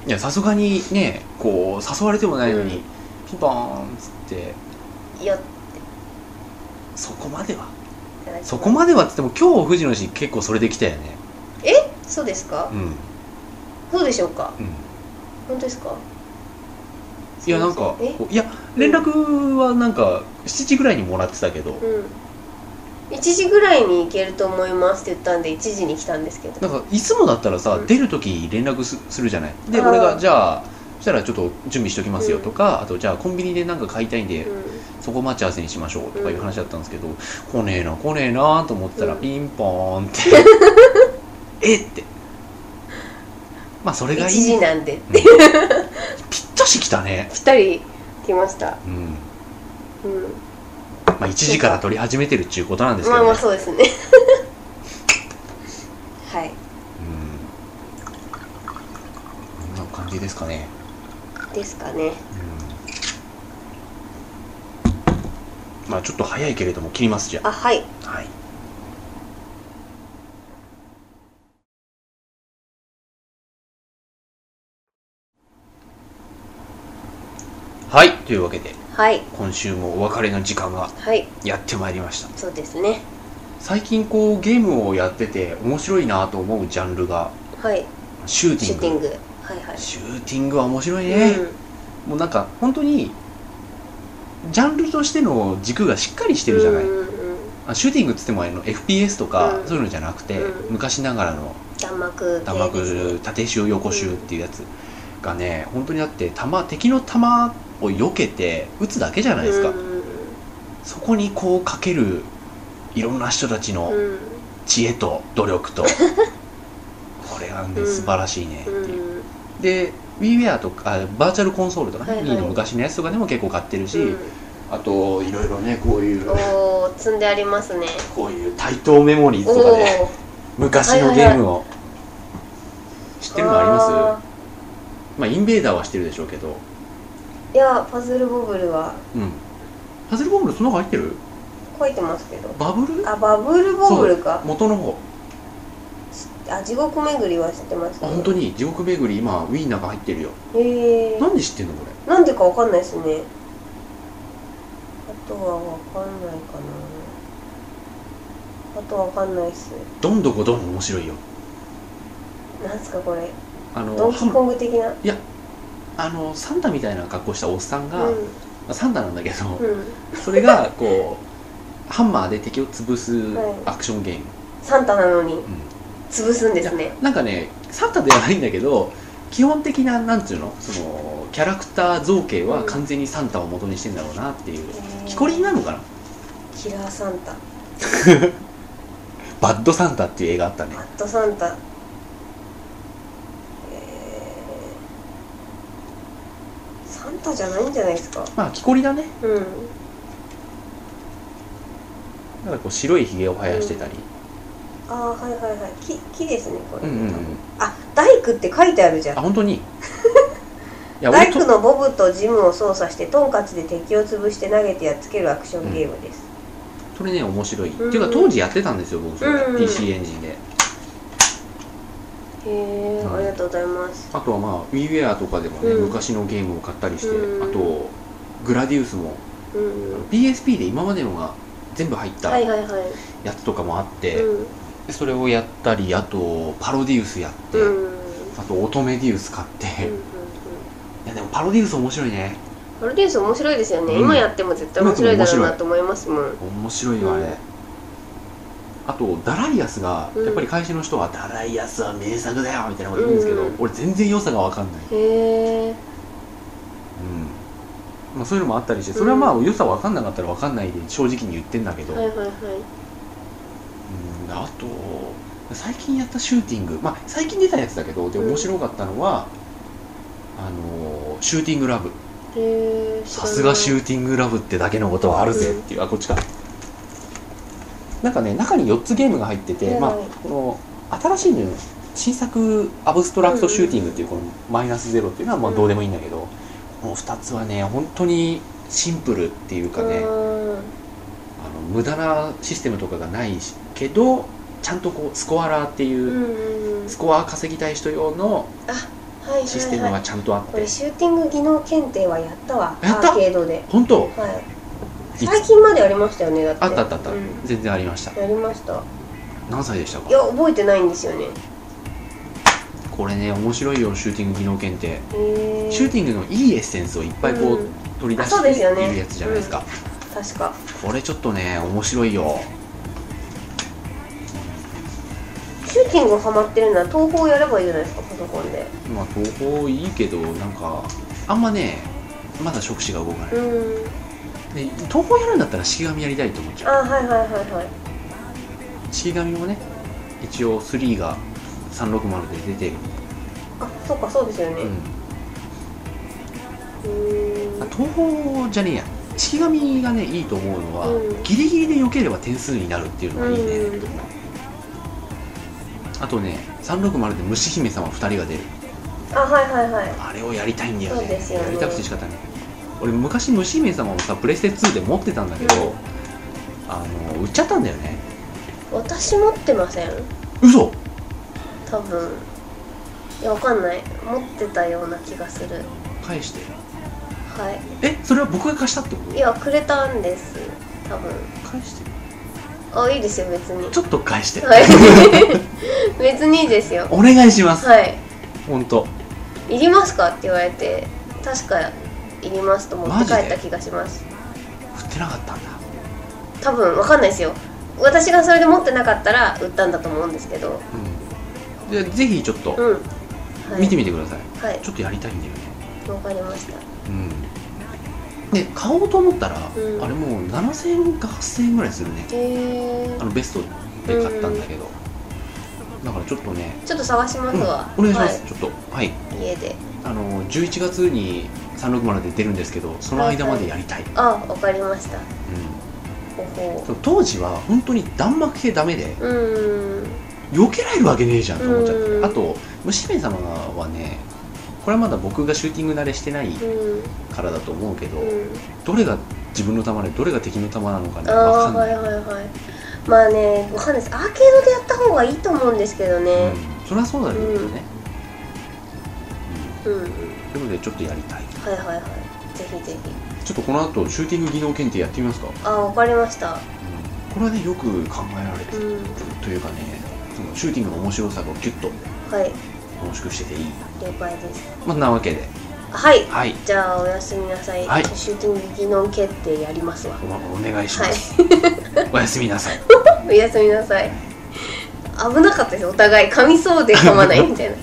S1: うんいやさすがにねこう誘われてもないのに、
S2: うん
S1: ピンポーンっつって
S2: よっ
S1: そこまでは
S2: いただきます
S1: そこまではっつっても今日藤野氏結構それできたよね
S2: そうですか
S1: うん、うん、
S2: そうでしょうか本当ですか
S1: いやなんか
S2: え
S1: こういや連絡はなんか7時ぐらいにもらってたけど、
S2: うん1時ぐらいに行けると思いますって言ったんで1時に来たんですけど
S1: なんかいつもだったらさ、
S2: うん
S1: 出る時連絡すするじゃないで
S2: あー
S1: 俺がじゃあそしたらちょっと準備しときますよとか、あとじゃあコンビニでなんか買いたいんで、
S2: うん
S1: そこ待ち合わせにしましょうとかいう話だったんですけど、来ねえな来ねえなと思ってたら
S2: うん
S1: ピンポーンって えってまあそれが
S2: 1
S1: いい
S2: 時
S1: ぴっ
S2: なんで
S1: たし来たね
S2: ぴったり来ました
S1: うん
S2: うん
S1: まあ1時から撮り始めてるっちゅうことなんですけ
S2: まあ
S1: ど
S2: ま
S1: ね
S2: あそうですね は
S1: う
S2: い
S1: んこんな感じですかね
S2: ですかね
S1: うんまあちょっと早いけれども切りますじゃ
S2: あはい
S1: あはいはいというわけで
S2: はい
S1: 今週もお別れの時間が
S2: はい
S1: やってまいりました
S2: そうですね
S1: 最近こうゲームをやってて面白いなと思うジャンルが
S2: はい
S1: シューテ
S2: シ
S1: ィ
S2: ュ
S1: ン
S2: ー
S1: グ
S2: ティングはいはい
S1: シューティングは面白いね、もうなんか本当にジャンルとしての軸がしっかりしてるじゃない、
S2: うんうんうん
S1: あシューティングっつってもあの FPS とか
S2: うん
S1: そういうのじゃなくて、
S2: うん
S1: 昔ながらの
S2: 弾幕
S1: 弾
S2: 系ですね
S1: 幕縦襲横襲っていうやつがね本当にだって弾敵の弾を避けて撃つだけじゃないですか、
S2: うんうん
S1: そこにこうかけるいろんな人たちの
S2: うん
S1: 知恵と努力 と、これがね
S2: うん
S1: 素晴らしいねって
S2: うん
S1: いう、で WiiWare とかあバーチャルコンソールとかね、
S2: はいはい
S1: Wii の昔のやつとかでも結構買ってるし、
S2: うん
S1: あといろいろねこういう
S2: おー積んでありますね
S1: こういう対等メモリーズ
S2: お
S1: とか
S2: お
S1: ね昔のゲームを知ってるのありますすまあインベーダーは知ってるでしょうけど
S2: いやパズルボブルは
S1: うんパズルボブルその中入ってる
S2: 書いてますけど
S1: バブル
S2: あバブルボブルか
S1: 元の方
S2: あ地獄巡りは知ってます
S1: あ
S2: けど
S1: 本当に地獄巡り今 Wii の中入ってるよ
S2: へえ
S1: なんで知ってんのこれ
S2: なんでかわかんないですねあとはわかんないかなあとわかんないっす
S1: どんどこどん面白いよ
S2: なんすかこれ
S1: あの
S2: ドンキー
S1: ハ
S2: コ
S1: ム
S2: ング的な
S1: あのサンタみたいな格好したおっさんが、ま
S2: うん
S1: あサンタなんだけど、
S2: うん
S1: それがこうハンマーで敵を潰す
S2: はい
S1: アクションゲーム、
S2: サンタなのに
S1: うん
S2: 潰すんですね
S1: なんかねサンタではないんだけど基本的ななんていうのそのキャラクター造形は完全にサンタを元にしてんだろうなっていう、木こりになるのかな
S2: キラーサンタ
S1: バッドサンタっていう映画あったね
S2: バッドサンタえーサンタじゃないんじゃないですか
S1: まあ木こりだね
S2: うん
S1: なんかこう白いひげを生やしてたり、
S2: ああはいはいはい木木ですねこ
S1: う
S2: れ、
S1: ん、うんうん
S2: あ大工って書いてあるじゃん
S1: あ本当 にいや俺
S2: 大
S1: と
S2: 工のボブとジムを操作してトンカチで敵を潰して投げてやっつけるアクションゲームです、
S1: それね面白い、
S2: うん
S1: っていうか当時やってたんですよ僕それ、
S2: うんうん
S1: PC エンジンで
S2: へえ
S1: うん
S2: ありがとうございます
S1: あとはまあ WiiWare とかでもね、
S2: うん
S1: 昔のゲームを買ったりして、
S2: う
S1: あ
S2: ん
S1: とグラディウスも
S2: うん
S1: PSP で今までのが全部入った
S2: はい
S1: や
S2: はいはい
S1: つとかもあって、
S2: うん
S1: でそれをやったりあとパロディウスやって、
S2: うんうん
S1: あと乙女ディウス買って、
S2: うんうん
S1: いやでもパロディウス面白いね
S2: パロディウス面白いですよね、
S1: うん
S2: 今やっても絶対面白いだろうなと思いますもん
S1: 面白いよあれ、
S2: うん
S1: あとダライアスが、
S2: うん
S1: やっぱり会社の人は「ダライアスは名作だよ」みたいなこと言うんですけど、
S2: うん
S1: 俺全然良さが分かんない、
S2: へえ
S1: うんまあ、そういうのもあったりしてそれはまあ良さ分かんなかったら分かんないで正直に言ってんだけど、
S2: はいはいはい
S1: うん、あと最近やったシューティング、まあ、最近出たやつだけどで
S2: うん
S1: 面白かったのは、あのーシューティングラブ
S2: へえ
S1: さすがシ
S2: ュ
S1: ューティングラブってだけのことはあるぜっていう、あこっちかなんかね中に4つゲームが入ってて、
S2: はい
S1: まあ、この新しいの新作アブストラクトシューティングっていうこのマイナスゼロっていうのはまあどうでもいいんだけど、この2つはね本当にシンプルっていうかね、あの無駄なシステムとかがないしけどちゃんとこうスコアラーっていうう、
S2: んうんうん
S1: スコア稼ぎたい人用の
S2: はいはい
S1: システム
S2: は
S1: が
S2: い
S1: ちゃんとあって、
S2: これシューティング技能検定はやったわ
S1: やった
S2: アーケードで、
S1: 本当
S2: はい、
S1: いつ
S2: 最近までありましたよねだって
S1: あったあったあった、
S2: うん
S1: 全然ありました
S2: やりました
S1: 何歳でした
S2: いや
S1: か
S2: 覚えてないんですよね
S1: これね面白いよシューティング技能検定
S2: へえ
S1: シューティングのいいエッセンスをいっぱいこう、
S2: うん
S1: 取り出
S2: あそう
S1: し
S2: で
S1: て
S2: すよね
S1: いいやつじゃないですか、
S2: 確か
S1: これちょっとね面白いよ
S2: シューティングハマってるなら東宝やればいいじゃないですかパソコンで
S1: まあ東宝いいけどなんかあんまねまだ触手が動かない、
S2: うん
S1: で東宝やるんだったら式紙やりたいと思っち
S2: あ
S1: ゃう
S2: はいはいはいはい
S1: 式紙もね一応3が360で出てる、
S2: あそっかそうですよね
S1: うん
S2: うーん
S1: あ東宝じゃねえや式紙がねいいと思うのは、
S2: うん
S1: ギリギリで良ければ点数になるっていうのがいいね、
S2: うん
S1: あとね360で虫姫様2人が出る
S2: あはいはいはい
S1: あれをやりたいんだよ
S2: そう
S1: ね
S2: ですよね
S1: やりたくて仕方ない俺昔虫姫様をさプレステ2で持ってたんだけど、
S2: うん
S1: あの売っちゃったんだよね
S2: 私持ってません
S1: 嘘
S2: 多分いやわかんない持ってたような気がする
S1: 返して
S2: は
S1: えそれは僕が貸したってこと
S2: いいやくれたんです多分
S1: 返して
S2: あいいですよ別に
S1: ちょっと返して、
S2: はい別にいい ですよ
S1: お願いします、
S2: はい
S1: 本当
S2: いりますかって言われて確かいりますと思って帰った気がします
S1: 振ってなかったんだ
S2: 多分わかんないですよ私がそれで持ってなかったら売ったんだと思うんですけど
S1: うんじゃあぜひちょっと
S2: うん、はい、
S1: 見て
S2: み
S1: みてください、
S2: はい
S1: ちょっとやりたいんだよね
S2: わかりました
S1: うんで買おうと思ったら、
S2: うん
S1: あれもう7000円か8000円ぐらいするね
S2: へえ
S1: あのベストで買ったんだけど、だからちょっとね、
S2: ちょっと探しますわ、
S1: うんお願いします、ちょっとはい
S2: はい、家で
S1: あの11月に360で出るんですけどその間までやりたい、
S2: あわかりましたほ
S1: うん
S2: ほ
S1: そう当時は本当に弾幕系ダメで
S2: ううーん
S1: 避けられるわけねえじゃんと思っちゃって、
S2: うん
S1: あと虫姫様はねこれはまだ僕がシューティング慣れしてない
S2: うん
S1: からだと思うけど、
S2: うん
S1: どれが自分の球でどれが敵の球なのかね分
S2: あ
S1: か
S2: あ
S1: ん
S2: は
S1: ないい、
S2: はいはいまあねわかんないですアーケードでやった方がいいと思うんですけど
S1: う
S2: ね
S1: ん、そりゃそうだけどね、
S2: うん、
S1: うんということでちょっとやりたい
S2: はいはいはいぜひぜひ
S1: ちょっとこの後シューティング技能検定やってみますか、
S2: あわかりました
S1: これはねよく考えられて
S2: う
S1: る
S2: ん
S1: というかねそのシューティングの面白さがギュッと
S2: はい
S1: 濃縮してていい
S2: 了解です
S1: まあなわけで
S2: はい
S1: はい
S2: じゃあおやすみなさい、
S1: はい
S2: シューティング技能決定やりますわ
S1: おお願いします、 おやすみなさい
S2: おやすみなさい危なかったですお互い噛みそうで噛まないみたいな